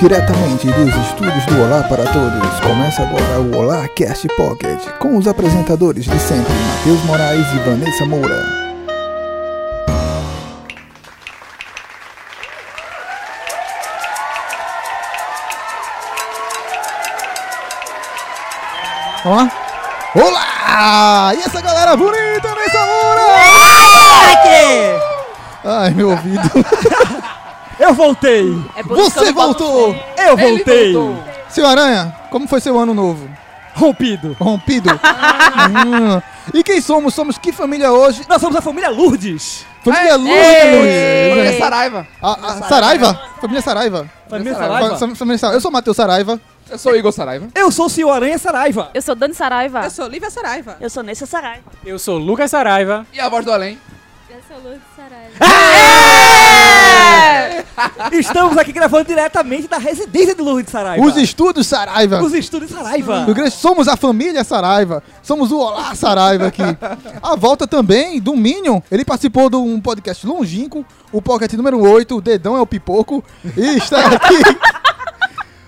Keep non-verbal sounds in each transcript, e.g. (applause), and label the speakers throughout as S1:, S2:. S1: Diretamente dos estúdios do Olá para Todos, começa agora o Olá Cast Pocket, com os apresentadores de sempre, Matheus Moraes e Vanessa Moura.
S2: Vamos lá? Olá! E essa galera bonita, Vanessa Moura!
S3: Moleque!
S2: Ai, meu ouvido.
S3: Eu voltei!
S4: É por isso que
S2: Você
S4: eu não boto
S2: voltou!
S4: fé.
S3: Eu
S4: Ele
S3: voltei!
S4: voltou.
S2: Seu Aranha, como foi seu ano novo?
S3: Rompido!
S2: Rompido? Hum. E quem somos? Somos que família hoje?
S3: Nós somos a família Lourdes!
S2: Família
S4: ei.
S2: Lourdes!
S4: Ei.
S5: Família Saraiva.
S2: A- a- Saraiva? Família Saraiva.
S3: Família
S2: Fa-
S3: Saraiva?
S2: fam- família Saraiva. Eu sou o Matheus Saraiva.
S5: Eu sou o Igor Saraiva.
S3: Eu sou o senhor Aranha Saraiva!
S4: Eu sou Dani Saraiva.
S6: Eu sou Lívia Saraiva.
S4: Eu sou Nessa Saraiva.
S7: Eu sou Lucas Saraiva.
S5: E a voz do além.
S8: Eu sou Lourdes Saraiva.
S3: Estamos aqui gravando diretamente da residência de Lourdes Saraiva!
S2: Os estudos Saraiva.
S3: Os estúdios Saraiva!
S2: Do Grande- Somos a família Saraiva. Somos o Olá Saraiva aqui. A volta também do Minion. Ele participou de um podcast longínquo, o Pocket número 8, o Dedão é o Pipoco. E está aqui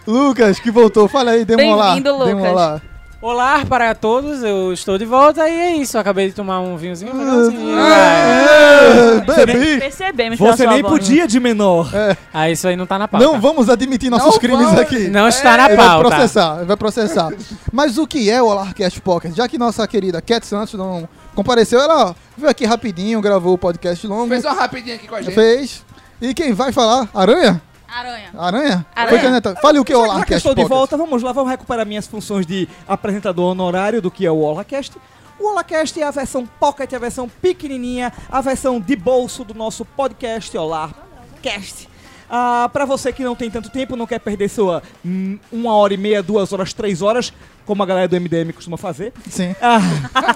S2: Lucas, que voltou. Fala aí, dê um olá.
S4: Bem-vindo,
S2: Dê um
S4: Lucas.
S2: olá.
S7: Olá para todos, eu estou de volta e é isso. Acabei de tomar um vinhozinho. um negocinho.
S2: É, Bebi.
S4: Percebemos pela
S3: Você
S4: sua
S3: nem
S4: voz.
S3: podia de menor!
S7: Ah, isso aí não tá na pauta.
S2: Não vamos admitir nossos
S5: Não
S2: crimes
S5: vamos.
S2: aqui.
S7: Não
S3: tá
S7: está na
S2: Ele vai
S7: pauta.
S2: processar, ele vai processar. Mas o que é o Alarcast Pocket? Já que nossa querida Cat Santos não compareceu, ela veio aqui rapidinho, gravou o podcast longo.
S5: Fez uma rapidinha aqui com a gente.
S2: Fez. E quem vai falar? Aranha?
S8: Aranha.
S2: Aranha?
S4: Aranha.
S2: Foi caneta. Fale o que é o
S3: Já que eu
S2: Alarcast
S3: estou de
S2: Pocket.
S3: volta, vamos lá, vamos recuperar minhas funções de apresentador honorário do que é o OlaCast. O OlaCast é a versão pocket, a versão pequenininha, a versão de bolso do nosso podcast OlaCast. Ah, para você que não tem tanto tempo, não quer perder sua hum, uma hora e meia, duas horas, três horas, como a galera do MDM costuma fazer.
S2: Sim.
S3: Ah,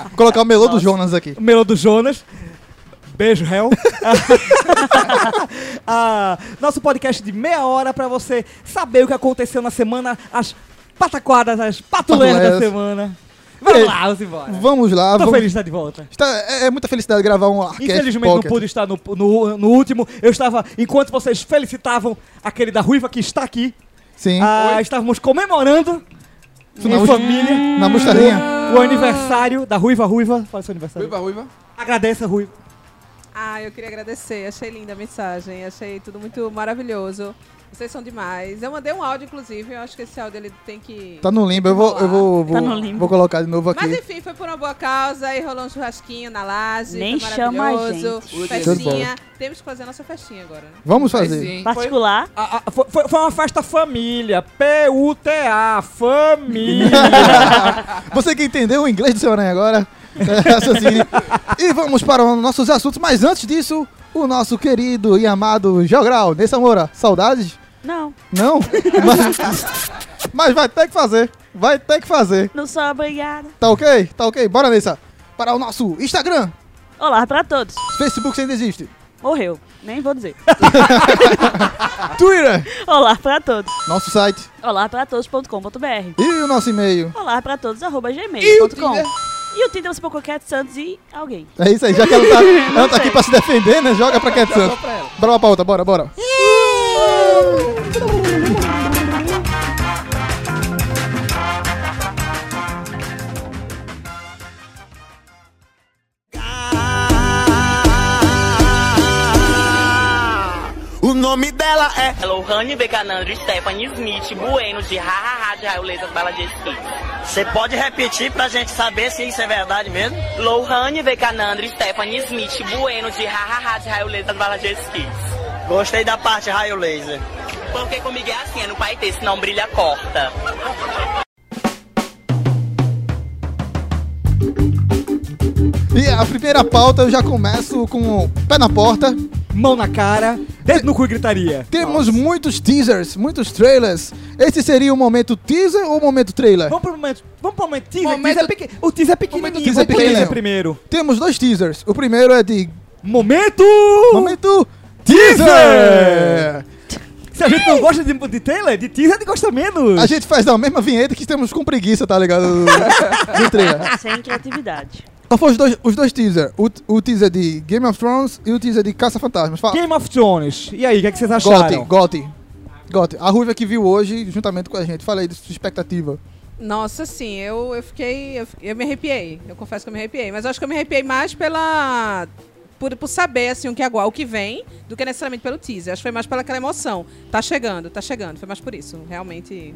S2: Vou colocar o melô do Jonas aqui.
S3: Melô do Jonas. Beijo, réu. (laughs) Ah, nosso podcast de meia hora pra você saber o que aconteceu na semana, as pataquadas, as patuleiras da
S2: Patuleiras.
S3: semana. Vamos
S2: Ei,
S3: lá, vamos embora.
S2: Vamos lá.
S3: Tô
S2: Vamos...
S3: feliz de estar de volta.
S2: Está- é, é muita felicidade gravar um Alarcast
S3: Infelizmente
S2: Pocket.
S3: não pude estar no, no- no último. Eu estava, enquanto vocês felicitavam aquele da Ruiva que está aqui,
S2: Sim.
S3: ah, estávamos comemorando
S2: Isso é
S3: em
S2: na,
S3: família
S2: na mostardinha.
S3: o aniversário da Ruiva Ruiva. Fala seu aniversário.
S5: Ruiva, ruiva.
S3: Agradeça, Ruiva.
S6: Ah, eu queria agradecer. Achei linda a mensagem. Achei tudo muito maravilhoso. Vocês são demais. Eu mandei um áudio, inclusive. Eu acho que esse áudio ele tem que.
S2: Tá no limbo. Eu vou, eu vou, vou,
S4: Tá no limbo.
S2: vou colocar de novo aqui.
S6: Mas
S3: é
S6: enfim, foi por uma boa causa e rolou um churrasquinho na laje.
S4: Nem
S6: foi
S4: chama a
S6: maravilhoso.
S5: gente.
S6: Festinha. Temos que fazer a nossa festinha agora. né?
S2: Vamos
S5: Aí
S3: é.
S2: fazer.
S5: sim.
S4: Particular.
S3: Ah, ah, foi, foi- foi uma festa família. P-U-T-A. Família.
S2: Você que entendeu o inglês do seu Aranha agora, (laughs) é, raciocine. e vamos para os nossos assuntos, mas antes disso, o nosso querido e amado Geogral. Nessa Moura, saudades?
S4: Não,
S2: Não? (laughs) mas, mas vai ter que fazer. Vai ter que fazer.
S4: não sou obrigada.
S2: Tá ok? Tá ok? Bora, Nessa. Para o nosso Instagram.
S4: Olá pra todos.
S2: Facebook ainda existe.
S4: Morreu. Nem vou dizer. (laughs)
S2: Twitter.
S4: Olá pra todos.
S2: Nosso site.
S4: Olá pra todos.com.br.
S2: E o nosso e-mail.
S4: Olá pra todos, arroba
S5: E o
S4: gmail.com.
S5: Tinder?
S4: E o Tinder você põe qualquer Santos e alguém.
S2: É isso aí, já que ela (laughs) tá, ela tá aqui pra se defender, né? Joga pra Cat Santos. Bora lá pra outra, bora, bora.
S9: O nome dela é
S10: Lohane Becanandro, Stephanie Smith, Bueno de Hahaha de Raioleta Bala de Esqui.
S9: Você pode repetir pra gente saber se isso é verdade mesmo?
S10: Lohane Becanandro, Stephanie Smith, Bueno de Hahaha de Raioleta Bala de Esqui.
S9: Gostei da parte raio laser.
S10: Porque comigo é assim, é no pai ter, senão brilha corta.
S2: E a primeira pauta eu já começo com o pé na porta.
S3: (laughs) Mão na cara, dedo no cu e gritaria.
S2: Temos muitos teasers, muitos trailers. Esse seria o momento teaser ou o momento trailer?
S3: Vamos pro momento. Vamos pro momento. Teaser,
S5: Momento-
S3: teaser pequ- O teaser é pequenininho.
S2: teaser
S3: vamos pro
S2: pequenininho.
S3: primeiro.
S2: Temos dois teasers. O primeiro é de
S3: Momento!
S2: momento
S3: Teaser!
S2: teaser.
S3: Se a gente não gosta de, de trailer, de teaser a gente gosta menos.
S2: A gente faz a mesma vinheta que estamos com preguiça, tá
S3: (laughs)
S2: ligado? Do, do trailer.
S4: Tá Sem criatividade.
S2: Qual foi os dois, os dois teasers? O, o teaser de Game of Thrones e o teaser de Caça Fantasmas. Fala.
S3: Game of Thrones. E aí, o que, é que vocês acharam?
S2: Gotti, Gotti. Gotti, a Ruiva que viu hoje, juntamente com a gente, falei de sua expectativa.
S6: Nossa, sim, eu, eu fiquei. Eu, fi- eu me arrepiei. Eu confesso que eu me arrepiei. Mas eu acho que eu me arrepiei mais pela. Por, por saber assim, o que agora, o que vem, do que necessariamente pelo teaser. Acho que foi mais pelaquela emoção. Tá chegando, tá chegando. Foi mais por isso. Realmente.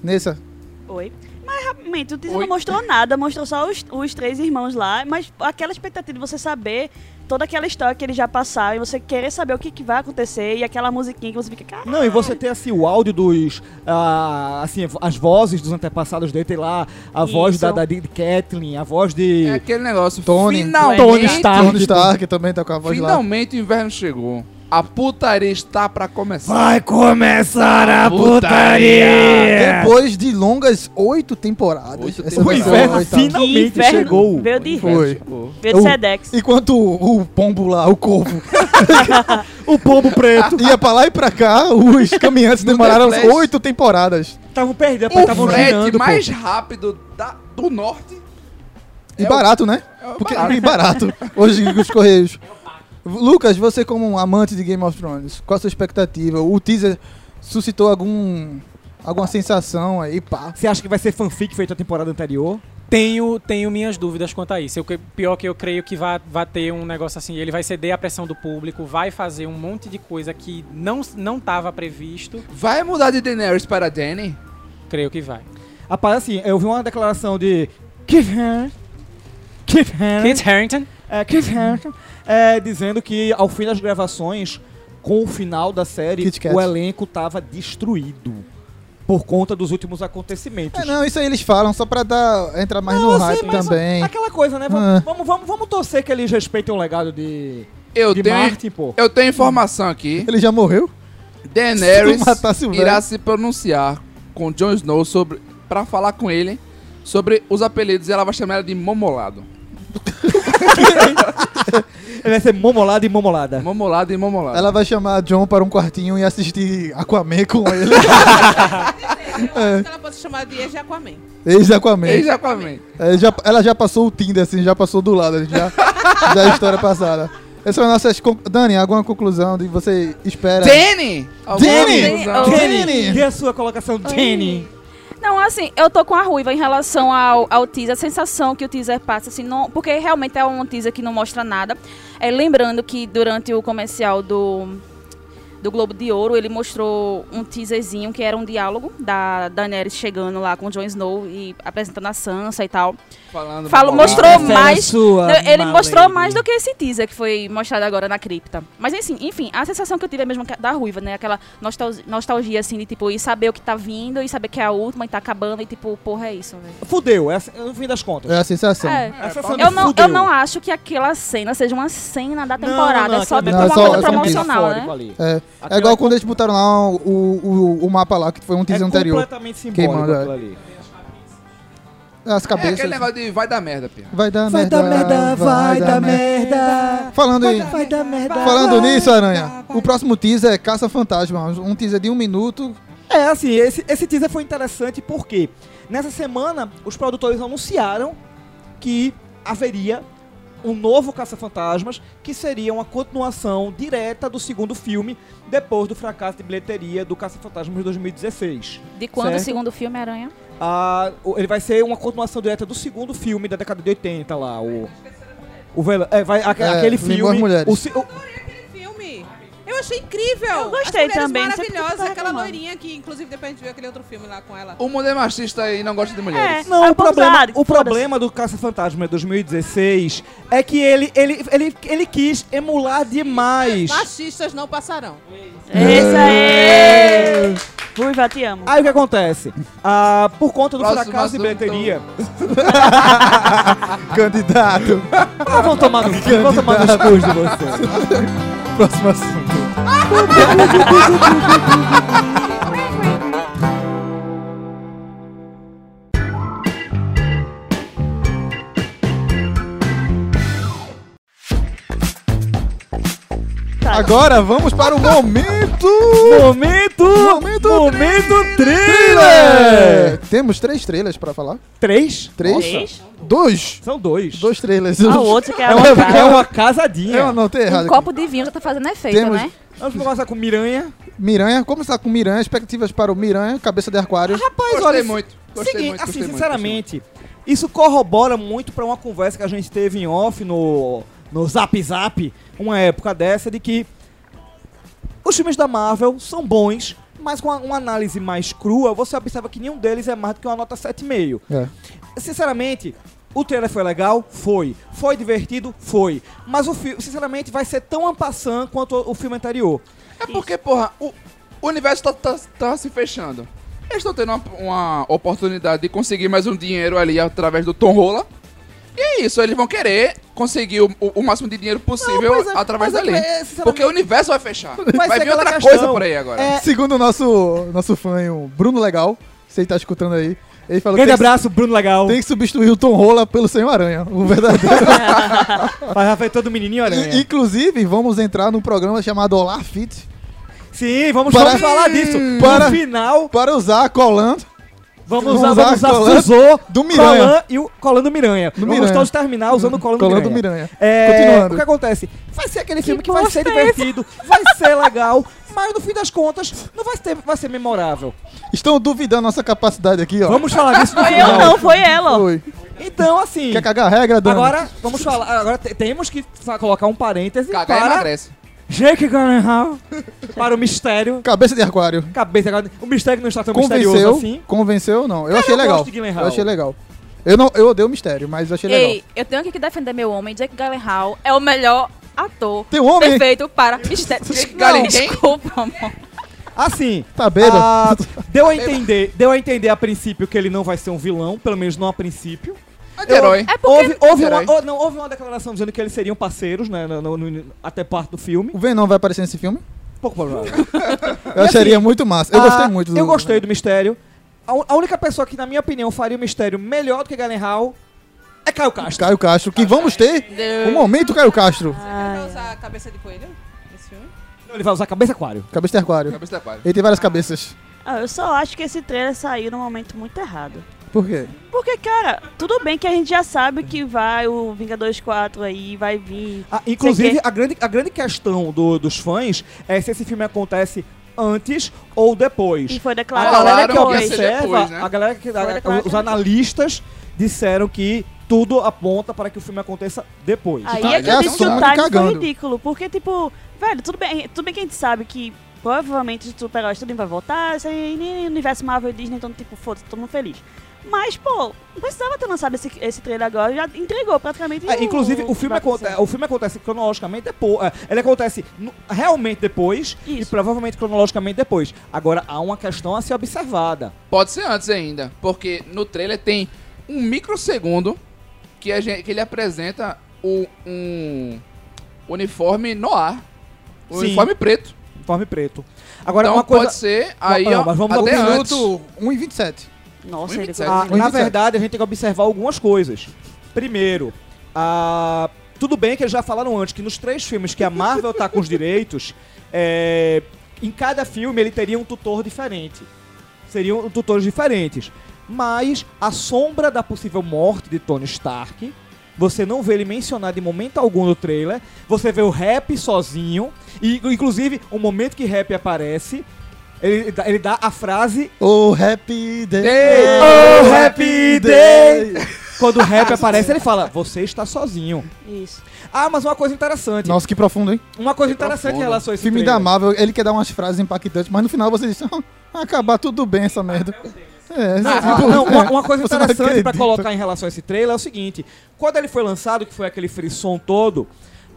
S2: Nessa,
S4: Oi. Mas rapidamente, o teaser
S5: Oi.
S4: não mostrou nada, mostrou só os, os três irmãos lá, mas aquela expectativa de você saber toda aquela história que eles já passaram e você querer saber o que, que vai acontecer e aquela musiquinha que você fica, cara,
S3: Não, e você ter assim o áudio dos. ah, assim, as vozes dos antepassados dele, tem lá a voz
S4: Isso.
S3: da, da de Kathleen, a voz de.
S5: É aquele negócio.
S2: Tony.
S5: Finalmente,
S7: Tony Stark.
S2: Tony Stark também tá com a voz lá.
S5: Finalmente o inverno chegou. A putaria está pra começar.
S3: começar
S2: Depois de longas oito temporadas.
S5: Oito
S2: essa então.
S3: É.
S5: temporadas.
S3: O
S2: vai ser a
S3: inverno
S2: oitava.
S3: finalmente
S4: inferno.
S3: chegou.
S4: Veio de,
S2: Foi.
S5: Chegou.
S4: veio de
S2: Eu-
S4: Sedex.
S2: Enquanto o, o pombo lá, o corvo,
S3: (laughs) O pombo preto.
S2: ia pra lá e pra cá, os caminhantes
S5: No
S2: demoraram
S5: The Flash.
S2: oito temporadas.
S3: Estavam perdidos,
S5: O
S3: estavam
S5: frete
S3: girando. tá pô.
S5: mais rápido da- do norte.
S2: E
S5: É o-
S2: barato, né?
S5: é o
S2: Porque
S5: barato.
S2: e barato. Hoje os Correios. Lucas, você como um amante de Game of Thrones, qual a sua expectativa? O teaser suscitou algum alguma sensação aí, pá.
S3: Você acha que vai ser fanfic feito a temporada anterior?
S7: Tenho, tenho minhas dúvidas quanto a isso. Eu, que- pior que eu creio que vai, vai ter um negócio assim, ele vai ceder à pressão do público, vai fazer um monte de coisa que não não estava previsto.
S5: Vai mudar de Daenerys para Dany?
S7: Creio que vai.
S3: Rapaz, assim, eu vi uma declaração de. Keith Haring. Keith Haring.
S7: Kit Harington.
S3: é, Keith Haring, é, dizendo que ao fim das gravações, com o final da série,
S2: Kit Kat.
S3: o elenco tava destruído por conta dos últimos acontecimentos.
S2: É, não, isso aí eles falam só pra dar entrar mais no
S3: assim,
S2: hype
S3: mas
S2: também.
S3: Aquela coisa, né? Vamos,
S2: Ah.
S3: vamos, vamos, vamos torcer que eles respeitem o legado de,
S5: Eu
S3: de
S5: tenho,
S3: Martin, pô.
S5: eu tenho informação aqui.
S2: Ele já morreu?
S5: Daenerys
S2: Se tu matasse o velho.
S5: irá se pronunciar com Jon Snow sobre para falar com ele sobre os apelidos e ela vai chamar ela de Momolado.
S3: Ele vai ser momolada e momolada.
S5: Momolado e Momolado.
S2: Ela vai chamar John para um quartinho e assistir Aquaman com ele. É,
S6: Eu acho que ela pode se chamar de Eje Aquaman.
S2: Ex-Aquaman.
S5: Exatamente.
S2: É, já- ela já passou o Tinder, assim, já passou do lado já, da história passada. Essas são as nossas. con- Dani, alguma conclusão de que você espera?
S5: Danny!
S2: Danny!
S3: Jenny! E a sua colocação, Jenny?
S8: Não, assim, eu tô com a ruiva em relação ao, ao teaser, a sensação que o teaser passa, assim, não, porque realmente é um teaser que não mostra nada. É, lembrando que durante o comercial do, do Globo de Ouro, ele mostrou um teaserzinho que era um diálogo da Daenerys chegando lá com o Jon Snow e apresentando a Sansa e tal.
S5: Falando
S8: Falou,
S5: Momolado.
S8: mostrou mais.
S3: é Sua,
S8: Não, ele
S3: my
S8: mostrou
S3: lady.
S8: mais do que esse teaser que foi mostrado agora na cripta. Mas assim, enfim, a sensação que eu tive é mesmo que a da ruiva, né? Aquela nostalgia, nostalgia assim de tipo, e saber o que tá vindo, e saber que é a última e tá acabando, e tipo, porra, é isso, velho.
S3: Fudeu, é, assim, no fim das contas.
S2: É a sensação.
S8: É.
S3: A sensação de
S8: Eu não,
S3: fudeu.
S8: eu não acho que aquela cena seja uma cena da
S3: Não,
S8: temporada,
S3: não,
S8: é só
S3: aquela
S8: tipo
S2: Não, é
S8: uma
S2: só-
S8: coisa
S2: é só um teaser.
S8: promocional, né?
S3: metafórico
S2: É,
S3: ali.
S2: é
S3: Aquela é
S2: igual quando eles botaram lá o, o, o mapa lá, que foi um teaser anterior.
S3: completamente
S2: Queimando,
S3: simbólico
S2: é.
S3: aquilo ali.
S2: As
S5: É
S2: cabeças.
S5: aquele negócio de vai dar merda, pia.
S2: Vai dar merda.
S3: merda.
S2: Falando aí.
S3: dar merda.
S2: Falando nisso, Aranha, o próximo teaser é Caça Fantasma. Um teaser de um minuto.
S3: É, assim, esse, esse teaser foi interessante porque nessa semana os produtores anunciaram que haveria um novo Caça-Fantasmas, que seria uma continuação direta do segundo filme, depois do fracasso de bilheteria do Caça-Fantasmas de 2016.
S8: De quando
S3: Certo.
S8: o segundo filme Aranha? um
S3: Ah, o- ele vai ser uma continuação direta do segundo filme da década de 80 lá, o... O Vela- é, vai, aque-
S2: É,
S3: aquele
S2: Limão
S3: filme.
S2: às Mulheres.
S3: o se- o-
S6: filme. Eu achei incrível.
S4: Eu gostei
S6: As mulheres
S4: também, sempre que tu tá
S6: Maravilhosa, aquela
S4: reclamando.
S6: loirinha que, inclusive, depois a gente viu aquele outro filme lá com ela.
S5: O mulher machista e não gosta de mulheres.
S4: É.
S3: Não,
S4: Ah,
S3: o problema,
S4: abusado,
S3: o
S4: foda-se.
S3: problema do Caça-Fantasma de 2016 é que ele, ele, ele, ele quis emular demais.
S6: Machistas não passarão.
S4: Esse É aí! Ruiva, te amo.
S3: Aí o que acontece? Ah, por conta do
S5: Próximo
S3: fracasso de
S5: assunto.
S3: bilheteria.
S2: Candidato.
S3: Ah, vão tomar no cu, vão tomar nos cus de vocês.
S2: (laughs) Próximo assunto.
S4: Tá.
S2: Agora vamos para o momento.
S3: Momento Momento! Momento, trailer!
S2: Trailer! Temos três trailers pra falar?
S3: Três?
S2: Três?
S4: Três?
S2: Dois.
S3: São dois.
S2: Dois trailers.
S4: Ah, o outro que é
S3: É
S4: uma
S3: uma, é
S4: cara.
S3: uma casadinha.
S2: Eu anotei errado.
S8: Um
S2: aqui.
S8: copo de vinho já tá fazendo efeito,
S2: Temos-
S8: né?
S3: Vamos conversar É com Miranha.
S2: Miranha, começar com Miranha, expectativas para o Miranha, cabeça de aquário.
S8: Ah,
S3: Rapaz,
S5: Gostei
S3: É. olha,
S5: muito, gostei
S3: seguinte,
S5: muito,
S3: assim,
S5: gostei muito,
S3: sinceramente, isso corrobora muito pra uma conversa que a gente teve em off no, no Zap Zap, uma época dessa, de que os filmes da Marvel são bons, mas com uma, uma análise mais crua, você observa que nenhum deles é mais do que uma nota 7,5.
S2: É.
S3: Sinceramente, o trailer foi legal? Foi. Foi divertido? Foi. Mas o filme, sinceramente, vai ser tão ampassando quanto o o filme anterior.
S5: É porque, porra, o o universo tá, tá- tá se fechando. Eles estão tendo uma, uma oportunidade de conseguir mais um dinheiro ali através do Tom Rola. E é isso, eles vão querer conseguir o, o- o máximo de dinheiro possível
S3: pois é,
S5: através
S3: mas é-
S5: dali.
S3: é, sinceramente-
S5: porque o universo vai fechar. Vai,
S3: ser
S5: vir
S3: aquela
S5: outra
S3: questão.
S5: coisa por aí agora.
S3: É,
S2: Segundo o nosso, nosso fã, o Bruno Legal, você tá escutando aí, ele falou que
S3: grande
S2: tem que-
S3: abraço, Bruno Legal.
S2: tem que substituir o Tom Rola pelo Senhor Aranha, o verdadeiro.
S3: Mas já foi todo menininho, olha.
S2: E, inclusive, vamos entrar num programa chamado Olá Fit
S3: Sim, vamos,
S2: Para-
S3: vamos falar disso.
S2: para-
S3: No final,
S2: para usar a colando
S3: vamos
S2: vamos
S3: usar,
S2: usar
S3: vamos usar
S2: colã
S3: Suzô,
S2: do Miranha.
S3: Colan e o Colan do Miranha. vamos
S2: Miranha.
S3: todos terminar usando o Colan do
S2: Colando Miranha.
S3: Miranha. É,
S2: Continuando.
S3: O que acontece? Vai ser aquele filme que vai ser
S4: é
S3: divertido, vai ser legal, mas no fim das contas não vai ser, vai ser memorável.
S2: Estão duvidando nossa capacidade aqui, ó.
S3: Vamos falar disso no
S4: Foi eu
S3: final.
S4: não, foi ela. ó.
S2: Oi.
S3: Então, assim,
S2: Quer cagar a regra, Dani?
S3: agora vamos falar. Agora te- temos que sa- colocar um parêntese
S5: Cagar
S2: é
S3: para
S5: emagrece.
S3: Jake Gyllenhaal para o mistério.
S2: Cabeça de aquário.
S3: Cabeça, agora, o mistério que não está tão
S2: Convenceu?
S3: misterioso assim.
S2: Convenceu ou não? Eu achei
S3: eu
S2: legal.
S3: gosto de Gyllenhaal.
S2: Eu achei legal. Eu, não, eu odeio mistério, mas eu achei legal.
S8: Ei, eu tenho aqui que defender meu homem. Jack Gyllenhaal é o melhor ator
S2: Tem um homem?
S8: perfeito para
S3: (laughs)
S8: estética.
S5: Jake
S8: Não,
S5: Gyllenhaal?
S8: desculpa, amor.
S3: Assim,
S2: Tá bêbado?
S3: Ah, deu a entender, deu a entender a princípio que ele não vai ser um vilão, pelo menos não a princípio.
S5: Anti-herói.
S8: É porque
S3: Houve, houve, uma,
S5: Herói.
S3: oh, não, houve uma declaração dizendo que eles seriam parceiros, né, no- no- no- até parte do filme.
S2: (laughs) O Venom vai aparecer nesse filme?
S3: Pouco provável.
S2: Eu acharia muito massa. Um Eu gostei muito do
S3: assim, ah, Eu gostei do mistério. A, un- a única pessoa que, na minha opinião, faria o mistério melhor do que Galen Hall é Caio Castro.
S2: Caio Castro, que vamos ter o momento Caio Castro.
S6: Vai usar a cabeça de coelho nesse filme?
S3: Não, Ele vai usar cabeça aquário.
S2: Cabeça de aquário.
S5: Cabeça de aquário.
S2: Ele tem várias cabeças.
S4: Ah, eu só acho que esse trailer saiu num momento muito errado.
S2: Por quê?
S4: Porque, cara, tudo bem que a gente já sabe que vai o Vingadores 4 aí, vai vir.
S3: Ah, inclusive,
S4: quer-
S3: a grande, a grande questão do- dos fãs é se esse filme acontece antes ou depois.
S4: E foi
S3: A
S4: declarado
S3: galera que
S4: depois.
S5: Falaram que ia ser
S3: observa,
S5: depois, né?
S3: a galera que, a-
S4: declarado
S3: os
S4: depois.
S3: analistas disseram que tudo aponta para que o filme aconteça depois.
S4: Aí
S5: Tá,
S4: é que
S5: é
S4: eu disse que
S5: assunto
S4: o
S5: de
S4: time foi
S2: cagando.
S4: ridículo. Porque, tipo, velho, tudo bem, tudo bem que a gente sabe que provavelmente os super-heróis tudo vai voltar, isso aí, nem o universo Marvel e Disney, então, tipo, foda-se, todo mundo feliz. Mas, pô, não precisava ter lançado esse, esse trailer agora, já entregou praticamente.
S3: É, inclusive,
S5: uh,
S3: o filme,
S4: vai acontecer.
S3: aconte- o filme acontece cronologicamente depois. é, ele acontece no- realmente depois e
S4: Isso.
S3: provavelmente cronologicamente depois. Agora, há uma questão a ser observada.
S5: Pode ser antes ainda, porque no trailer tem um microsegundo que, a gente- que ele apresenta o, um uniforme noir. Um
S3: Sim.
S5: uniforme preto.
S3: Informe preto. Agora,
S5: então
S3: uma coisa.
S5: pode ser aí,
S3: Não,
S5: ó,
S3: mas vamos-
S5: até
S3: um
S5: antes.
S2: Minuto 1 e 27.
S4: Nossa,
S5: Muito
S4: ele
S5: sério.
S3: Ah,
S2: Pois
S3: na
S2: é.
S3: verdade, a gente tem que observar algumas coisas. Primeiro, ah, tudo bem que eles já falaram antes que nos três filmes que a Marvel tá com os direitos, (laughs) é, em cada filme ele teria um tutor diferente. Seriam tutores diferentes. Mas a sombra da possível morte de Tony Stark, você não vê ele mencionado em momento algum no trailer. Você vê o rap sozinho. E, inclusive, o momento que rap aparece, ele, ele dá a frase
S2: Oh, happy day.
S3: Day. Oh, happy day. Quando
S2: (laughs)
S3: o rap aparece, ele fala: Você está sozinho.
S4: Isso.
S3: Ah, mas uma coisa interessante.
S2: Nossa, que profundo, hein?
S3: Uma coisa interessante em
S5: profundo.
S3: relação a esse
S2: filme da
S3: trailer.
S2: Marvel, ele quer dar umas frases impactantes, mas no final você diz, "Ah, vai acabar tudo bem essa merda. É,
S3: Ah,
S2: tipo,
S3: não, uma, uma coisa
S2: Você não
S3: interessante pra
S2: acredita.
S3: colocar em relação a esse trailer é o seguinte: quando ele foi lançado, que foi aquele frisson todo,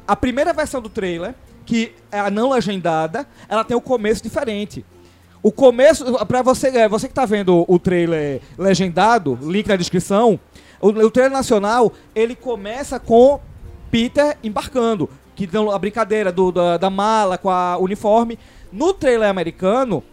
S3: a primeira versão do trailer, que é a não legendada, ela tem um começo diferente. O começo, pra você, é, você que tá vendo o trailer legendado, link na descrição, o, o trailer nacional, ele começa com Peter embarcando, que deu a brincadeira do- da, da mala com a uniforme. No trailer americano,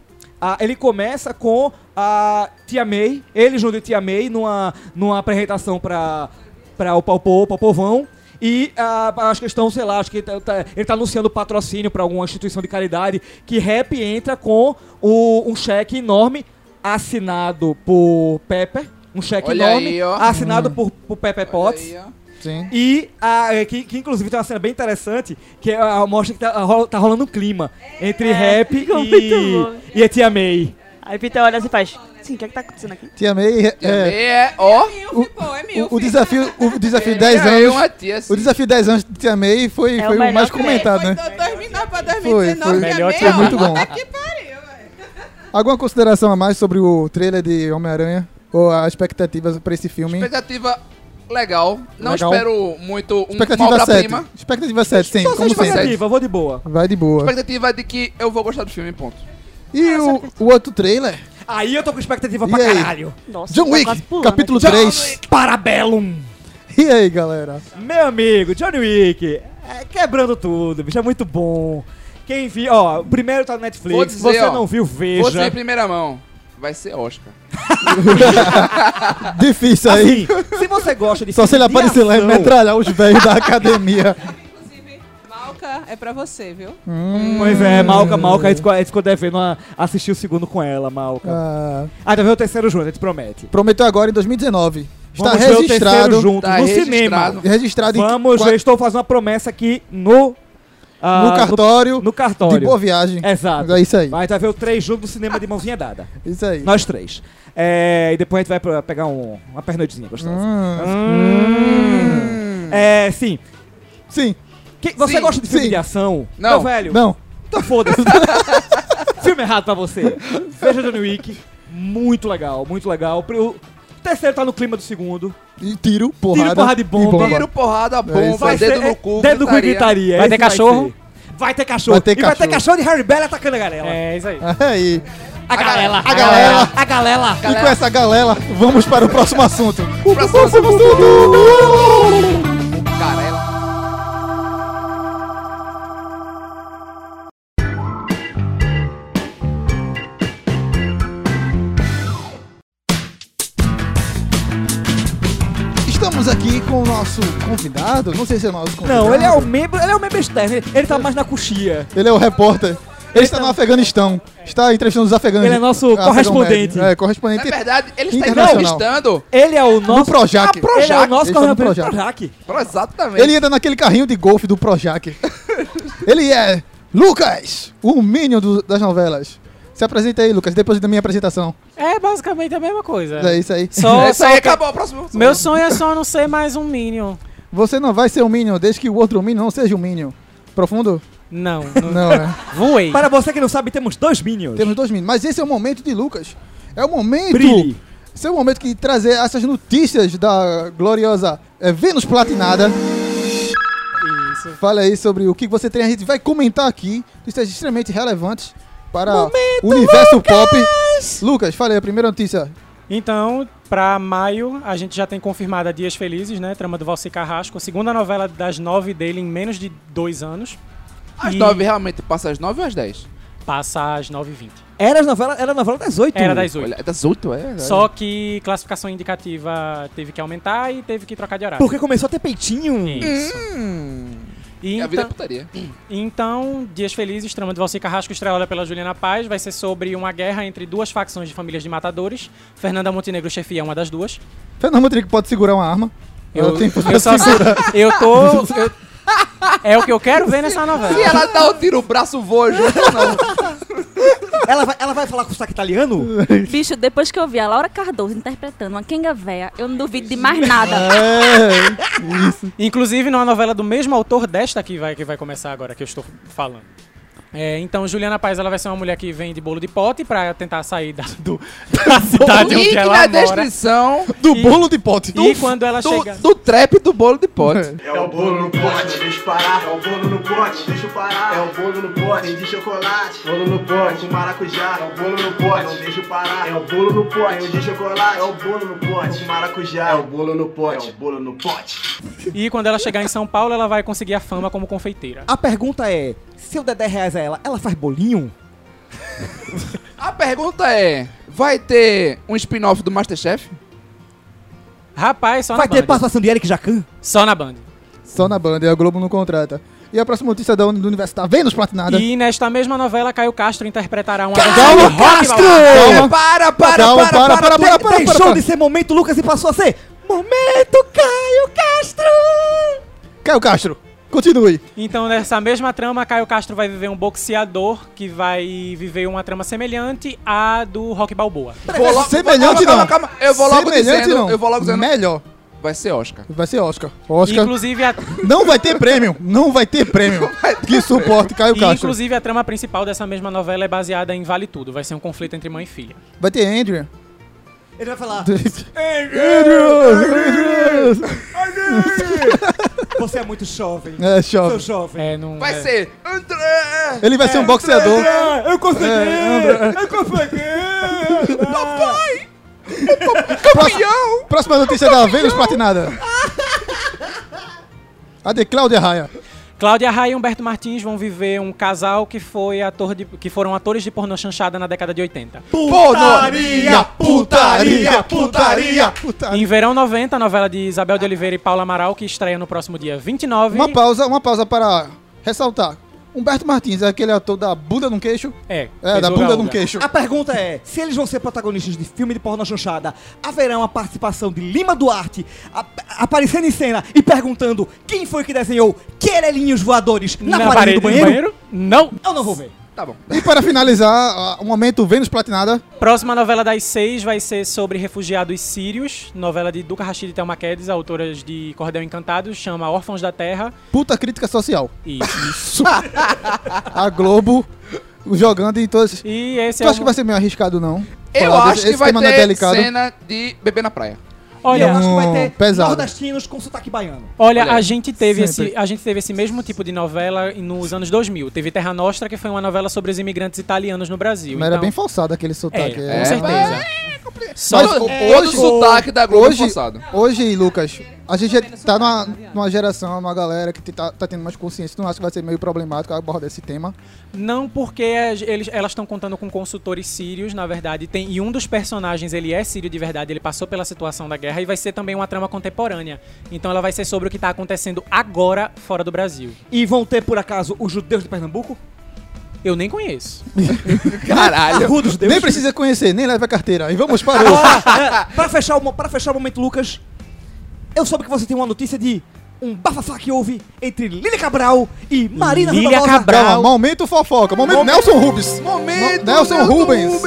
S3: ah, ele começa com a Tia May, ele junto de Tia May numa, numa apresentação para para o Palpo, Palpovão. E ah, acho que estão, sei lá, acho que tá- tá- ele tá anunciando patrocínio pra alguma instituição de caridade que rap entra com o- um cheque enorme assinado por Pepper. Um cheque
S5: Olha
S3: enorme
S5: aí, ó. Hum.
S3: assinado por, por Pepper Potts.
S5: Aí, ó.
S2: (laughs) Sim.
S3: E a- é, que, que inclusive tem uma cena bem interessante, que é a- mostra que tá, rola- tá rolando um clima entre rap
S4: É, (laughs) ficou
S3: e,
S4: muito bom.
S3: e a Tia May.
S4: Aí Peter olha assim e faz. Sim, o que é que tá acontecendo aqui?
S2: Tia May é- é,
S5: Também é, ó.
S6: Milf, pô, é Milf.
S2: o, o desafio, o desafio de
S5: Tem
S2: 10
S5: aí
S2: anos.
S5: uma tia, assim.
S2: O desafio de 10 anos de Tia May foi,
S4: É o
S2: foi o
S4: melhor
S2: mais
S4: que-
S2: comentado,
S6: foi
S2: né?
S6: do 2009 pra
S2: Foi,
S6: 2019,
S2: foi.
S6: que é
S7: Melhor
S6: meio-
S2: Foi muito bom.
S6: Puta que pariu, velho.
S2: Alguma consideração a mais sobre o trailer de Homem-Aranha? Ou a expectativa pra esse filme?
S5: Expectativa legal. Não
S2: Legal.
S5: espero muito um- uma
S2: Expectativa 7.
S5: obra-prima.
S2: Expectativa 7, sim,
S3: Só sem
S2: como sempre.
S3: expectativa, eu vou de boa.
S2: Vai de boa.
S5: Expectativa de que eu vou gostar do filme, ponto.
S2: E o, o outro trailer?
S3: Aí eu tô com expectativa
S2: E
S3: pra
S2: aí?
S3: caralho.
S4: Nossa,
S2: John
S4: tá quase
S2: Wick,
S4: pulando
S2: capítulo
S4: aqui.
S2: 3.
S3: Parabellum.
S2: E aí, galera?
S3: Meu amigo, Johnny Wick, é, quebrando tudo, bicho, é muito bom. Quem viu, ó, o primeiro tá no
S5: Vou
S3: Netflix,
S5: dizer,
S3: você
S5: ó,
S3: não viu,
S5: Você em
S3: veja.
S5: primeira mão. Vai ser Oscar.
S2: Difícil aí. (laughs)
S3: Assim, se você gosta de
S2: Só se ele
S3: filme de
S2: aparecer lá e
S3: ação,
S2: metralhar os velhos
S3: (laughs)
S2: da academia.
S6: Inclusive, Malca é pra você, viu?
S3: Pois é, Malca, Malca, a gente ficou- a gente ficou devendo a- assistir o segundo com ela, Malca.
S2: Ah,
S3: Ah, deve ver o terceiro junto, a gente promete.
S2: prometeu agora em 2019. Está
S3: Vamos ver o terceiro
S2: registrado.
S3: junto
S5: Tá
S3: no
S5: registrado.
S3: cinema.
S2: Registrado em
S3: Vamos,
S2: qua-
S3: eu estou fazendo uma promessa aqui no ah,
S2: no cartório.
S3: no, cartório.
S2: De boa viagem.
S3: Exato.
S2: É isso aí.
S3: Mas vai ver o três junto no cinema de mãozinha dada.
S2: Isso aí.
S3: Nós três. É, e depois a gente vai pra- pegar um, uma pernoitezinha gostosa.
S2: Hum,
S3: É, sim.
S2: Sim.
S3: Que- você
S5: Sim,
S3: gosta de filme
S2: Hum. sim.
S3: de ação?
S5: Não.
S3: Então, velho,
S2: Não.
S3: então
S2: (laughs)
S3: foda-se. filme errado pra você. Veja Johnny Wick. Muito legal, muito legal. O terceiro tá no clima do segundo.
S2: E tiro, porrada.
S3: porrada e bomba.
S5: Tiro, porrada, bomba,
S2: Vai é,
S5: dedo
S3: ser- é,
S5: no cu,
S3: Dedo no cu e gritaria.
S7: Vai ter
S3: Esse
S7: cachorro?
S3: ser. Vai ter cachorro.
S2: Vai ter
S3: e vai ter
S2: cachorro.
S3: cachorro de Harry Bell atacando a galera.
S7: É isso aí.
S2: Aí.
S3: A galera.
S2: A galera.
S3: A galera.
S2: E com essa galera, vamos para o próximo assunto. (laughs) O
S5: Próximo
S2: assunto.
S5: Carela.
S2: Estamos aqui com o nosso convidado. Não sei se é nosso convidado.
S3: Não, ele é o membro, ele é o membro externo. Ele, ele tá mais na coxia.
S2: Ele é o repórter. Ele está no Afeganistão. Está entrevistando os afegãos.
S3: Ele é nosso
S2: Afegão
S3: correspondente.
S2: médio. É,
S5: Na
S2: correspondente.
S5: verdade, ele está
S2: Internacional.
S5: entrevistando.
S3: Ele é o nosso
S2: Projac.
S3: Ah, Projac. Ele é o nosso
S2: Ele tá no
S3: correspondente
S2: Projac.
S3: Projac.
S5: Exatamente.
S2: Ele anda naquele carrinho de golfe do Projac.
S3: (laughs)
S2: Ele é Lucas, o Minion do- das novelas. Se apresenta aí, Lucas, depois da minha apresentação.
S7: É basicamente a mesma coisa.
S2: É isso aí.
S7: Só,
S5: Isso
S7: só
S5: aí,
S7: que-
S5: acabou. o Próximo.
S7: Meu sonho é só não ser mais um Minion.
S2: Você não vai ser um Minion desde que o outro Minion não seja um Minion. Profundo?
S7: Não, não.
S2: Não, né?
S3: (laughs)
S7: Voei.
S3: Para você que não sabe, temos dois Minions.
S2: Temos dois Minions. Mas esse é o momento de Lucas. É o momento.
S3: Brilhe.
S2: Esse é o momento que trazer essas notícias da gloriosa é, Vênus Platinada.
S7: Isso.
S2: Fala aí sobre o que você tem. A gente vai comentar aqui. Notícias extremamente relevantes para o universo pop. Lucas, fala aí a primeira notícia.
S7: Então, pra maio, a gente já tem confirmada Dias Felizes, né? Trama do Valci Carrasco. Segunda novela das nove dele em menos de dois anos.
S5: Às
S7: E
S5: nove, realmente, passa às nove ou às dez?
S7: Passa às nove e vinte.
S3: Era, as novela, era a novela das oito.
S7: Era das oito.
S5: Olha, é das oito, é?
S7: Só que classificação indicativa teve que aumentar e teve que trocar de horário.
S3: Porque começou a ter peitinho.
S7: Isso. E
S5: É, A vida é
S7: então,
S5: putaria.
S7: então, Dias Felizes, trama de Valci Carrasco, estrelada pela Juliana Paz, vai ser sobre uma guerra entre duas facções de famílias de matadores. Fernanda Montenegro chefia é uma das duas.
S2: Fernando Rodrigo pode segurar uma arma.
S7: Eu,
S2: tenho- (laughs)
S7: eu só eu tô. eu- é o que eu quero ver nessa
S5: Se
S7: novela.
S5: ela dá o tiro, o braço voa junto, não.
S3: Ela, vai, ela vai falar com o sotaque italiano?
S8: Bicho, depois que eu vi a Laura Cardoso interpretando uma Kenga Véia, eu não duvido de mais nada.
S2: É,
S7: Inclusive numa novela do mesmo autor desta que vai, que vai começar agora, que eu estou falando. É, então, Juliana Paz ela vai ser uma mulher que vende bolo de pote pra tentar sair da, do, (laughs) da
S2: Tá
S7: cidade
S2: um
S5: Link
S7: onde
S2: é
S7: ela
S5: na
S7: mora.
S5: descrição
S2: (laughs) do
S7: E-
S2: bolo de pote.
S7: E quando
S2: Tá
S7: ela
S5: do,
S7: chega.
S5: do trap do bolo de pote.
S2: (laughs)
S11: É o bolo no pote, deixa eu parar. É o bolo no pote, deixa eu parar. É o bolo no pote, tem de chocolate. Bolo no pote, com maracujá. É o bolo no pote, não deixa eu parar. É o bolo no pote, tem o de chocolate. É o bolo no pote, com maracujá. É o bolo no pote, é o bolo no pote.
S7: E quando ela chegar em São Paulo, ela vai conseguir a fama como confeiteira.
S3: A pergunta é, se eu der 10 reais a ela, ela faz bolinho?
S5: A pergunta é: vai ter um spin-off do Masterchef?
S7: Rapaz, só
S3: vai
S7: na
S3: ter
S7: Band.
S3: participação de Eric Jacan?
S7: Só na Band.
S2: Só na banda, e a Globo não contrata. E a próxima notícia da Uni- do universo tá Vênus Platinada.
S7: E nesta mesma novela, Caio Castro interpretará uma...
S2: Calma,
S7: versão rock
S2: Castro!
S7: balada.
S2: Calma.
S5: Para, para,
S2: Calma,
S5: para, para, para, para, para,
S3: Deixou
S5: para.
S3: de ser momento Lucas e passou a ser momento Caio Castro.
S2: Caio Castro, continue.
S7: Então, nessa mesma trama, Caio Castro vai viver um boxeador que vai viver uma trama semelhante à do Rock Balboa.
S5: Vou logo-
S2: Semelhante
S5: calma,
S2: não.
S5: calma, calma. Eu vou logo
S2: Semelhante
S5: dizendo,
S2: não.
S5: eu vou logo dizendo.
S2: Melhor.
S5: Vai ser Oscar.
S2: Vai ser Oscar. Oscar.
S7: Inclusive, a,
S2: Não vai ter prêmio. Não vai ter
S5: (laughs)
S2: prêmio. que suporte Caio
S7: e,
S2: Castro.
S7: inclusive, a trama principal dessa mesma novela é baseada em Vale Tudo. Vai ser um conflito entre mãe e filha.
S2: Vai ter Andrea.
S3: Ele vai falar, você é muito jovem.
S2: É,
S3: Sou
S2: chove.
S3: jovem.
S7: É, não
S5: Vai
S7: é-
S5: ser André!
S2: Ele vai ser um boxeador.
S3: eu consegui! eu consegui! Papai!
S2: Campeão! Próxima notícia da Vênus Platinada. A de Cláudia Raia.
S7: Cláudia Raia e Humberto Martins vão viver um casal que, foi ator de, que foram atores de pornô chanchada na década de 80.
S2: Putaria, putaria,
S5: putaria!
S2: Tá.
S7: Em Verão 90, a novela de Isabel de Oliveira e Paula Amaral, que estreia no próximo dia 29.
S2: Uma pausa, uma pausa para ressaltar. Humberto Martins é aquele ator da bunda num queixo?
S7: É,
S2: É,
S7: fez
S2: da
S7: o
S2: bunda
S7: Gaúga.
S2: num queixo.
S3: A pergunta é, se eles vão ser protagonistas de filme de porno chanchada, haverá uma participação de Lima Duarte ap- aparecendo em cena e perguntando quem foi que desenhou querelinhos voadores na, parede, do banheiro?
S7: Não.
S3: Eu não vou ver.
S5: Tá bom.
S2: E para finalizar, ah, o momento Vênus Platinada.
S7: Próxima novela das seis vai ser sobre refugiados sírios, novela de Duca Rashid e Thelma Quedes, autoras de Cordel Encantado, chama Órfãos da Terra.
S2: Puta crítica social.
S7: E,
S2: A Globo jogando em todas.
S7: e esse
S2: Tu
S7: é
S2: acha que
S7: o-
S2: vai ser meio arriscado, não?
S5: Eu
S2: Falar
S5: acho
S2: desse-
S5: que
S2: esse
S5: vai
S2: tema não é
S5: ter
S2: delicado.
S5: cena de bebê na praia.
S3: E eu
S7: Olha,
S3: acho que vai
S2: Hum,
S3: ter
S2: pesado.
S3: nordestinos com sotaque baiano.
S7: olha,
S5: Olha,
S7: a gente teve
S2: sempre.
S7: esse, a gente teve esse mesmo tipo de novela nos anos 2000. Teve Terra Nostra, que foi uma novela sobre os imigrantes italianos no Brasil.
S2: Mas era
S7: Então-
S2: bem falsado aquele
S7: é,
S2: sotaque.
S7: com
S5: É.
S7: certeza. Só
S2: Mas
S5: todo,
S2: o-
S5: todo
S2: hoje-
S5: sotaque da Globo é
S2: hoje,
S5: forçado.
S2: hoje, Lucas, a gente já tá numa, numa geração, numa galera que tá, tá tendo mais consciência. Tu não acha que vai ser meio problemático abordar esse tema?
S7: Não porque as- eles, elas estão contando com consultores sírios, na verdade, tem, e um dos personagens, ele é sírio de verdade, ele passou pela situação da guerra e vai ser também uma trama contemporânea. Então ela vai ser sobre o que tá acontecendo agora fora do Brasil.
S3: E vão ter, por acaso, os judeus de Pernambuco?
S7: Eu nem conheço.
S2: (laughs)
S5: Caralho.
S3: Arrudos judeus?
S2: Nem precisa conhecer, nem leva a carteira. E vamos para o...
S3: Agora, é, (laughs) pra, fechar o, mo- pra fechar o momento, Lucas, eu soube que você tem uma notícia de um bafafá que houve entre Lília Cabral e Marina
S7: Lília
S3: Rui Barbosa.
S7: Cabral.
S2: Calma, momento fofoca. Momento, Nelson Rubens.
S5: (laughs) Momento,
S2: No- Nelson Rubens.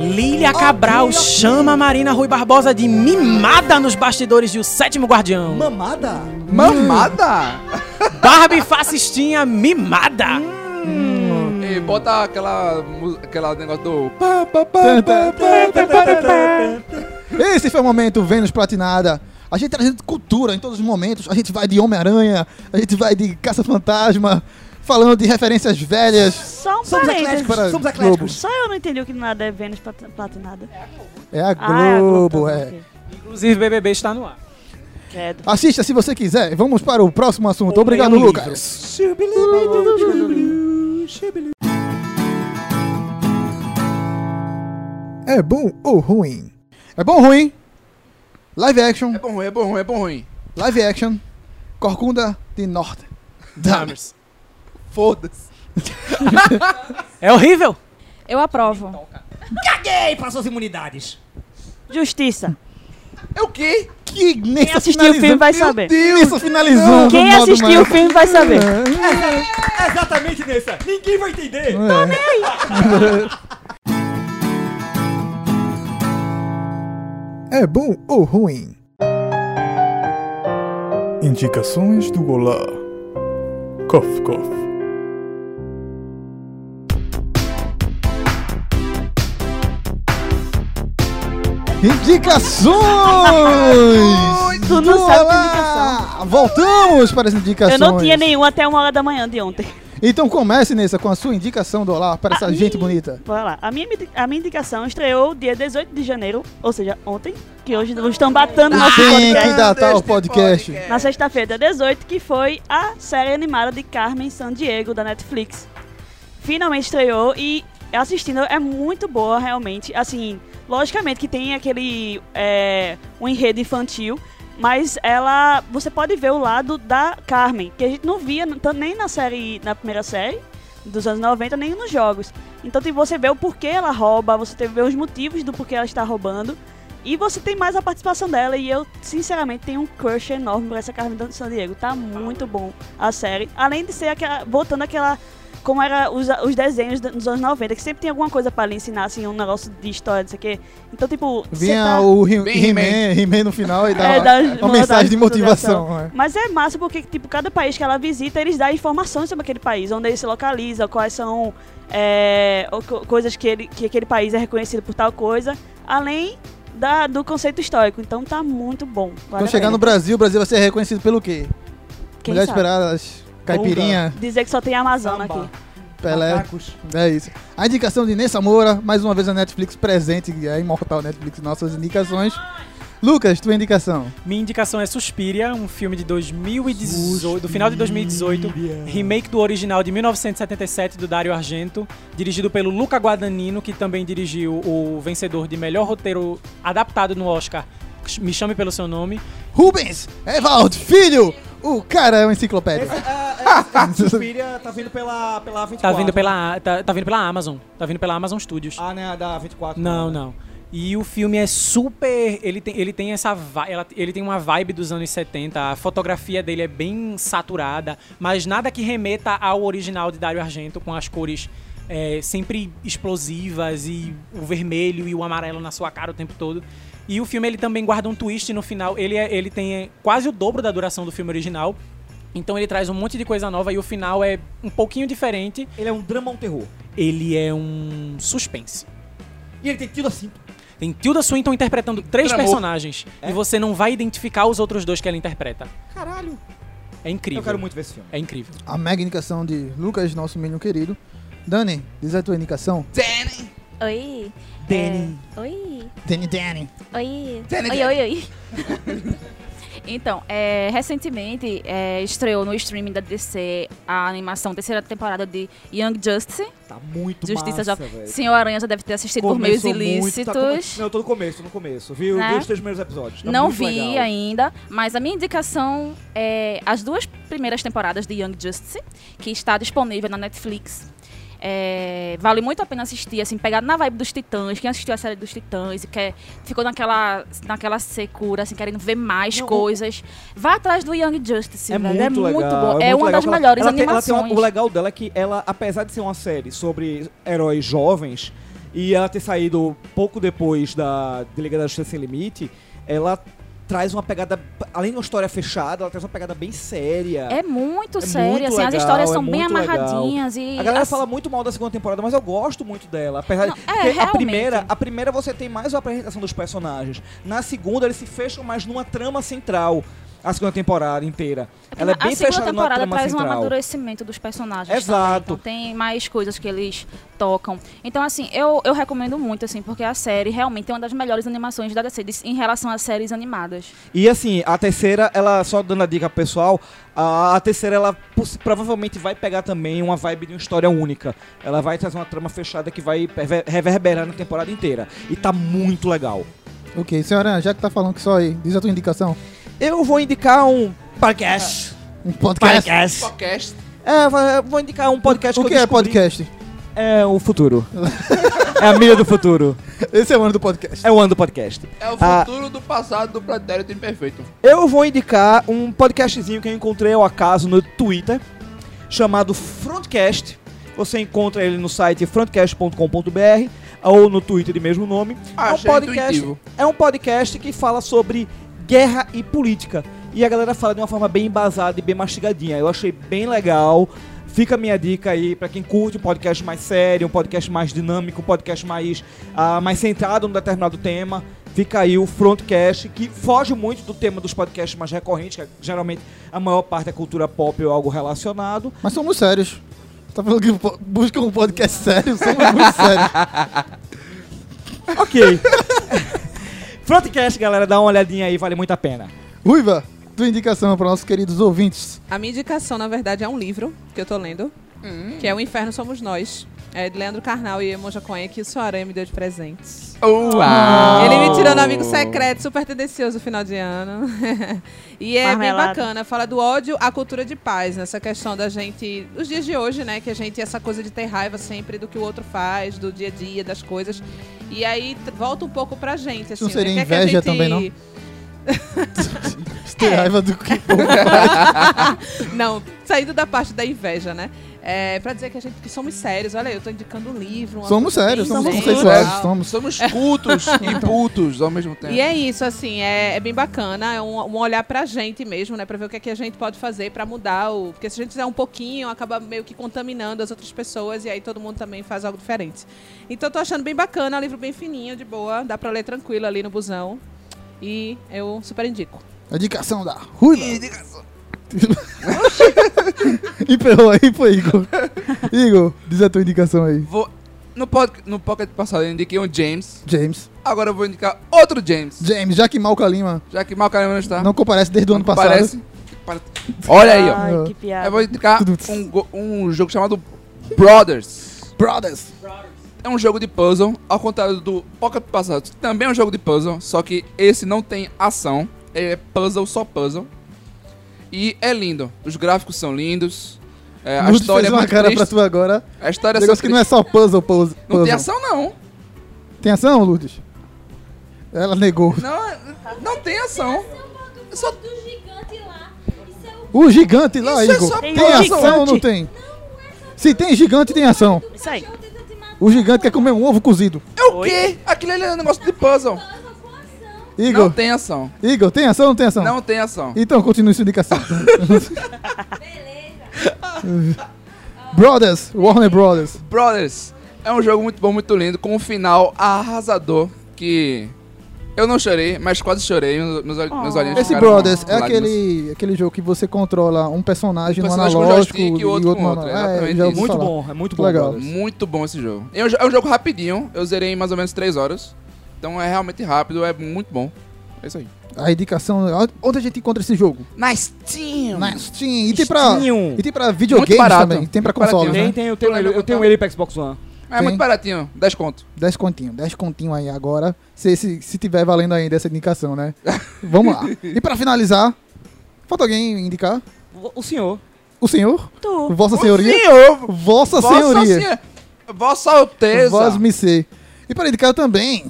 S7: Lília Cabral chama Marina Rui Barbosa de mimada nos bastidores de O Sétimo Guardião.
S3: Mamada?
S5: Mamada!
S7: Barbie fascistinha mimada.
S5: E bota aquela, mu- aquela negócio do...
S2: Esse foi o momento Vênus Platinada. A gente trazendo cultura em todos os momentos. A gente vai de Homem-Aranha, a gente vai de Caça-Fantasma, falando de referências velhas.
S4: Só um
S3: Somos
S4: parênteses.
S3: atléticos,
S2: Para
S3: somos atléticos.
S4: Só eu não entendi o que nada é Vênus plat- platinada.
S2: É a
S4: Ah, é a
S2: Globo,
S4: tá,
S2: é.
S4: ok.
S7: Inclusive, BBB está no ar.
S4: Credo.
S2: Assista se você quiser. Vamos para o próximo assunto. Obrigado,
S7: leia um
S2: Lucas. É bom ou ruim? É bom ou ruim? Live action,
S5: É bom ruim, é bom ruim, é bom ruim.
S2: live action, Corcunda de Norte.
S7: Damers.
S5: Foda-se.
S7: É horrível.
S8: Eu aprovo.
S3: Caguei para suas imunidades.
S4: Justiça.
S5: É o quê?
S2: Que nem
S4: Quem assistiu o filme vai saber.
S2: Isso finalizou.
S4: Quem assistiu o filme vai saber.
S2: É,
S3: Exa- É exatamente nessa. Ninguém vai entender.
S2: (laughs)
S1: É bom ou ruim? Indicações do Olá. Cof, cof.
S2: Indicações!
S4: Tu não
S2: do
S4: sabe que
S2: Olá! Voltamos para as indicações.
S4: Eu não tinha nenhum até uma hora da manhã de ontem. (laughs)
S2: Então comece, Nessa, com a sua indicação do Olá para essa gente bonita.
S4: Bora lá. A minha, midi- a minha indicação estreou dia 18 de janeiro, ou seja, ontem, que hoje não estão
S2: Ah,
S4: batendo nosso
S2: Tem
S4: podcast.
S2: que datar o podcast.
S4: Na sexta-feira, 18, que foi a série animada de Carmen San Diego da Netflix. Finalmente estreou e assistindo é muito boa, realmente. Assim, logicamente que tem aquele. É, um enredo infantil, Mas ela. Você pode ver o lado da Carmen, que a gente não via n- tan- nem na série. Na primeira série dos anos 90, nem nos jogos. Então tipo, você vê o porquê ela rouba, você tem- vê os motivos do porquê ela está roubando. E você tem mais a participação dela. E eu, sinceramente, tenho um crush enorme por essa Carmen do San Diego. Tá muito bom a série. Além de ser aquela. voltando aquela. Como era os, os desenhos da- dos anos 90, que sempre tem alguma coisa pra lhe ensinar, assim, um negócio de história, não sei o quê. Então, tipo. você
S2: Vinha
S4: tá-
S2: o He-
S5: Bem He-Man.
S2: He-Man He-Man no final e dava
S4: É, dá
S2: uma mensagem de motivação. é.
S4: Mas é massa porque, tipo, cada país que ela visita, eles dão informações sobre aquele país, onde ele se localiza, quais são é, o- co- coisas que, ele, que aquele país é reconhecido por tal coisa, além da, do conceito histórico. Então tá muito bom.
S2: Quando chegar no Brasil, o Brasil vai ser reconhecido pelo quê?
S4: Quem
S2: Mulher
S4: sabe?
S2: esperada, as caipirinha,
S4: Dizer que só tem Amazônia
S3: Samba.
S4: aqui.
S2: Pelé.
S3: Macacos.
S2: É isso. A indicação de Nessa Moura, mais uma vez a Netflix presente, a imortal Netflix, nossas indicações. Lucas, tua indicação.
S7: Minha indicação é Suspiria, um filme de 2018, do final de 2018, remake do original de 1977 do Dario Argento, dirigido pelo Luca Guadagnino, que também dirigiu o vencedor de melhor roteiro adaptado no Oscar, Me Chame Pelo Seu Nome.
S2: Rubens, Evaldo, filho, o cara é uma enciclopédia.
S3: é, Suspiria tá vindo pela, pela 24.
S7: Tá vindo pela, tá, tá vindo pela Amazon, tá vindo pela Amazon Studios.
S3: Ah, né? Da 24.
S7: Não,
S3: né?
S7: não. E o filme é super. Ele tem, ele tem essa vi- ela- ele tem uma vibe dos anos 70. A fotografia dele é bem saturada, mas nada que remeta ao original de Dario Argento, com as cores é, sempre explosivas e o vermelho e o amarelo na sua cara o tempo todo. E o filme ele também guarda um twist no final. Ele, é- ele tem é, quase o dobro da duração do filme original. Então ele traz um monte de coisa nova e o final é um pouquinho diferente.
S3: Ele é um drama ou um terror.
S7: Ele é um suspense.
S3: E ele tem tido assim.
S7: Tem Tilda Swinton interpretando três
S5: Tramou.
S7: personagens
S3: É?
S7: e você não vai identificar os outros dois que ela interpreta.
S3: Caralho.
S7: É incrível.
S3: Eu quero muito ver esse filme.
S7: É incrível.
S2: A mega indicação de Lucas, nosso menino querido. Dani, diz a tua indicação.
S5: Danny!
S8: Ah. Oi.
S3: Danny.
S8: É, oi.
S2: Dani, Dani.
S8: Oi.
S5: Dani,
S8: Oi, oi, oi. (laughs) Então, é, recentemente é, estreou no streaming da DC a animação terceira temporada de Young Justice.
S3: Tá muito
S8: Justiça
S3: massa,
S8: Jovem.
S3: velho.
S8: Senhor Aranha já deve ter assistido por meios
S3: Começou muito, tá come-
S8: ilícitos.
S3: Não, eu tô no começo, no começo. Vi
S8: Né?
S3: dois, três primeiros episódios. Tá
S8: Não
S3: muito
S8: vi
S3: legal.
S8: ainda, mas a minha indicação é as duas primeiras temporadas de Young Justice, que está disponível na Netflix. É, vale muito a pena assistir, assim, pegar na vibe dos Titãs, quem assistiu a série dos Titãs e quer, ficou naquela, naquela secura, assim, querendo ver mais
S3: Não, o-
S8: coisas, vá atrás do Young Justice,
S3: É
S8: velho,
S3: muito,
S8: é muito
S3: legal,
S8: bom, é,
S3: muito
S8: uma
S3: legal
S8: das
S3: que ela-
S8: melhores
S3: ela tem- ela
S8: animações.
S3: tem uma- o legal dela é que ela, apesar de ser uma série sobre heróis jovens e ela ter saído pouco depois da de Liga da Justiça Sem Limite, ela traz uma pegada, além de uma história fechada, ela traz uma pegada bem séria.
S8: É muito
S3: É
S8: séria,
S3: muito
S8: assim, as
S3: legal,
S8: histórias
S3: é
S8: são bem
S3: muito legal.
S8: amarradinhas e
S3: A galera
S8: assim,
S3: fala muito mal da segunda temporada, mas eu gosto muito dela. Apesar
S8: Não,
S3: de,
S8: é,
S3: porque a
S8: realmente.
S3: primeira, a primeira você tem mais uma apresentação dos personagens. Na segunda eles se fecham mais numa trama central. A segunda temporada inteira. Ela é bem
S8: a segunda
S3: fechada numa
S8: temporada
S3: trama
S8: traz um
S3: central.
S8: amadurecimento dos personagens.
S3: Exato.
S8: também, então tem mais coisas que eles tocam. Então, assim, eu, eu recomendo muito, assim, porque a série realmente é uma das melhores animações da DC de- em relação às séries animadas.
S3: E assim, a terceira, ela, só dando a dica pro pessoal, a, a terceira, ela poss- provavelmente vai pegar também uma vibe de uma história única. Ela vai trazer uma trama fechada que vai perver- reverberar na temporada inteira. E tá muito legal.
S2: Ok, senhora, já que tá falando que só aí, diz a tua indicação.
S3: Eu vou indicar um podcast.
S2: Um podcast.
S5: Podcast.
S3: É, eu vou- eu vou indicar um podcast
S2: o
S3: que
S2: que
S3: eu
S2: é
S3: descobri.
S2: podcast?
S3: É o futuro. é a mídia do futuro.
S2: Esse é o ano do podcast.
S3: É o ano do podcast.
S5: É o
S3: Ah.
S5: futuro do passado do pretérito imperfeito.
S3: Eu vou indicar um podcastzinho que eu encontrei ao acaso no Twitter, chamado Frontcast. Você encontra ele no site frontcast.com.br ou no Twitter de mesmo nome. é,
S5: Achei
S3: um podcast,
S5: intuitivo.
S3: é um podcast que fala sobre guerra e política. E a galera fala de uma forma bem embasada e bem mastigadinha. Eu achei bem legal. Fica a minha dica aí pra quem curte um podcast mais sério, um podcast mais dinâmico, um podcast mais, ah, mais centrado num determinado tema. Fica aí o Frontcast, que foge muito do tema dos podcasts mais recorrentes, que é, geralmente a maior parte é cultura pop ou algo relacionado.
S2: Mas somos sérios. Tá falando que po- busca um podcast sério, somos (laughs) muito sérios.
S3: Ok. (laughs) Frontcast, galera, dá uma olhadinha aí, vale muito a pena.
S2: Ruiva, tua indicação para nossos queridos ouvintes.
S4: Hum.
S6: A minha indicação, na verdade, é um livro que eu tô lendo, que é O Inferno Somos Nós, É de Leandro Carnal e Monja Coen que o seu aranha me deu de presentes.
S5: Uau!
S6: Ele me tirou no
S2: Oh.
S6: amigo secreto, super tendencioso no final de ano. (laughs) e é
S4: Marmelada.
S6: bem bacana, fala do ódio à cultura de paz, nessa questão da gente, os dias de hoje, né, que a gente essa coisa de ter raiva sempre do que o outro faz, do dia a dia, das coisas. E aí t- volta um pouco pra gente, assim,
S2: não
S6: o que
S2: seria
S6: é que a
S2: inveja
S6: gente-
S2: também, não? Você tem raiva do (laughs) que
S6: (laughs) Não, saindo da parte da inveja, né? É, pra dizer que a gente que somos sérios, olha, aí, eu tô indicando um livro. uma
S2: Somos
S6: coisa
S2: sérios,
S6: bem
S2: somos
S6: séria,
S2: conceituados,
S6: tal.
S2: somos.
S5: Somos cultos e putos ao mesmo tempo.
S6: E é isso, assim, é, é bem bacana, é um, um olhar pra gente mesmo, né? Pra ver o que, é que a gente pode fazer pra mudar o. Porque se a gente fizer um pouquinho, acaba meio que contaminando as outras pessoas e aí todo mundo também faz algo diferente. Então tô achando bem bacana, é um livro bem fininho, de boa, dá pra ler tranquilo ali no busão. E eu super indico.
S2: A indicação da Ruiva. (laughs) Emperrou aí, foi Igor. Igor, diz a tua indicação aí.
S5: Vou- no, pod, no pocket passado eu indiquei um James.
S2: James.
S5: Agora eu vou indicar outro James.
S2: James, já que Malca Lima
S5: Já que mal não está.
S2: não comparece desde o ano passado.
S5: Parece. Pare- Olha aí, ó.
S4: Ai, que piada.
S5: Eu vou indicar um, go- um jogo chamado Brothers.
S2: Brothers.
S5: É um jogo de puzzle, ao contrário do Pocket Passado. Também é um jogo de puzzle, só que esse não tem ação. É puzzle, só puzzle. E é lindo. Os gráficos são lindos. é, a
S2: Lúcio
S5: história é
S2: fez uma
S5: muito
S2: cara
S5: triste.
S2: pra tu agora.
S5: A história é
S2: Negócio que não é
S5: triste.
S2: só puzzle, puzzle.
S5: Não
S2: puzzle.
S5: tem ação, não.
S2: Tem ação, Lourdes? Ela negou.
S5: Não, não tem ação. É só-
S2: O gigante lá,
S5: Isso é
S2: Igor.
S5: só
S2: tem
S4: puzzle.
S2: ação ou não tem? Se tem gigante, tem ação.
S4: Isso aí.
S2: O gigante quer comer um ovo cozido.
S5: É o quê? Aquilo ali é um negócio de puzzle. Não
S2: Igor,
S5: tem ação.
S2: Igor, tem ação ou não tem ação?
S5: Não tem ação.
S2: Então, continue sua
S5: (laughs)
S2: indicação. Brothers, Warner Brothers.
S5: Brothers é um jogo muito bom, muito lindo, com um final arrasador que. Eu não chorei, mas quase chorei. Meus, meus, ol- meus olhinhos
S2: Esse
S5: ficaram
S2: Brothers é
S5: lágrimas.
S2: aquele, aquele jogo que você controla um personagem,
S5: Um
S2: no
S5: personagem com
S2: analógico
S5: joystick
S2: e outro no
S5: com outro,
S2: analógico.
S5: exatamente
S2: já ouvi
S5: isso.
S3: Muito
S2: falar.
S3: bom, é muito bom.
S2: Legal.
S3: brother.
S5: Muito bom esse jogo. É um, jo- é um jogo rapidinho, eu zerei em mais ou menos 3 horas. Então é realmente rápido, é muito bom. É isso aí.
S2: A indicação, onde a gente encontra esse jogo?
S5: Na Steam!
S2: Na Steam. E tem pra,
S3: Steam.
S2: e tem pra videogames
S5: é um Muito barato.
S2: também, tem pra
S5: Muito baratinho.
S2: consoles, né?
S3: Tem, tem, eu tenho,
S5: Tô
S3: ele, eu
S5: lembrando-
S3: tenho ele pra Xbox One.
S5: É muito baratinho, 10 conto.
S2: 10 continho, 10 continho aí agora. Se, se, se tiver valendo ainda essa indicação, né? Vamos lá. E pra finalizar, falta alguém indicar?
S3: O- O senhor.
S2: O senhor?
S4: Tu.
S2: Vossa Senhoria?
S5: Senhor!
S2: Vossa,
S5: Vossa
S2: Senhoria.
S5: Senhor- Vossa Alteza!
S2: Voz me ser. E para indicar eu também,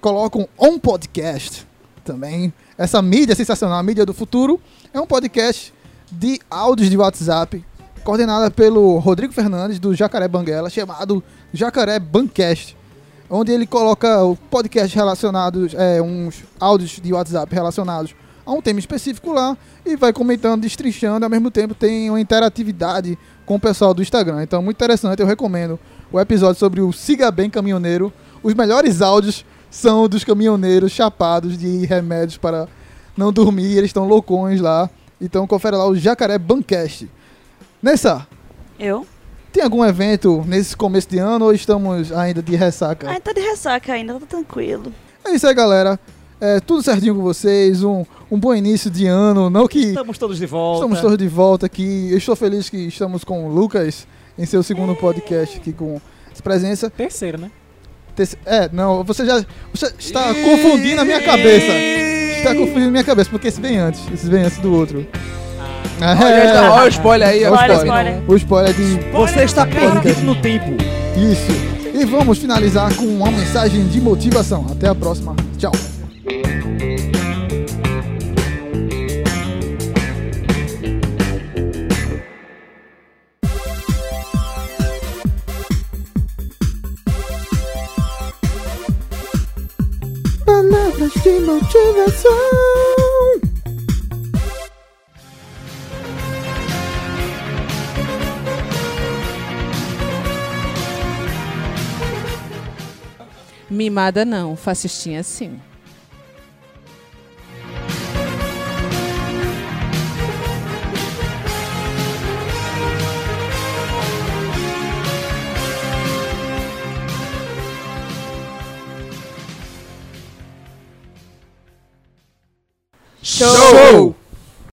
S2: colocam um podcast também. Essa mídia sensacional, a mídia do futuro, é um podcast de áudios de WhatsApp, coordenada pelo Rodrigo Fernandes, do Jacaré Banguela, chamado Jacaré Bancast. Onde ele coloca o podcast relacionados, é, uns áudios de WhatsApp relacionados a um tema específico lá e vai comentando, destrinchando, ao mesmo tempo tem uma interatividade com o pessoal do Instagram. Então, muito interessante, eu recomendo o episódio sobre o Siga Bem Caminhoneiro. Os melhores áudios são dos caminhoneiros chapados de remédios para não dormir, eles estão loucões lá. Então, confere lá o Jacaré Bancast. Nessa,
S4: Eu?
S2: tem algum evento nesse começo de ano ou estamos ainda de ressaca?
S4: Ai, tá de ressaca ainda, tá tranquilo.
S2: É isso aí, galera. É, tudo certinho com vocês. Um, um bom início de ano. Não que
S3: Estamos todos de volta.
S2: estamos todos de volta aqui. Eu estou feliz que estamos com o Lucas em seu segundo podcast aqui com essa presença.
S7: Terceiro, né?
S2: Terce- É, não, você já você está confundindo a minha cabeça. Está confundindo a minha cabeça, porque esse vem antes. Esse vem antes do outro.
S5: Olha,
S2: É, (laughs)
S5: tá- olha o spoiler aí, ó.
S4: Spoiler,
S2: spoiler.
S4: spoiler.
S2: o spoiler de
S3: Você está perdido no tempo.
S2: isso. E vamos finalizar com uma mensagem de motivação. Até a próxima. Tchau. Palavras de motivação.
S6: Mimada não, fascistinha sim.
S5: Show!